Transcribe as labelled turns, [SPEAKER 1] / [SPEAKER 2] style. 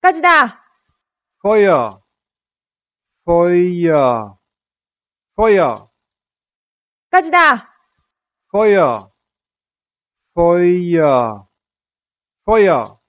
[SPEAKER 1] 火事だ
[SPEAKER 2] Feuer, Feuer, Feuer,
[SPEAKER 1] 火事だ
[SPEAKER 2] Feuer, Feuer, Feuer.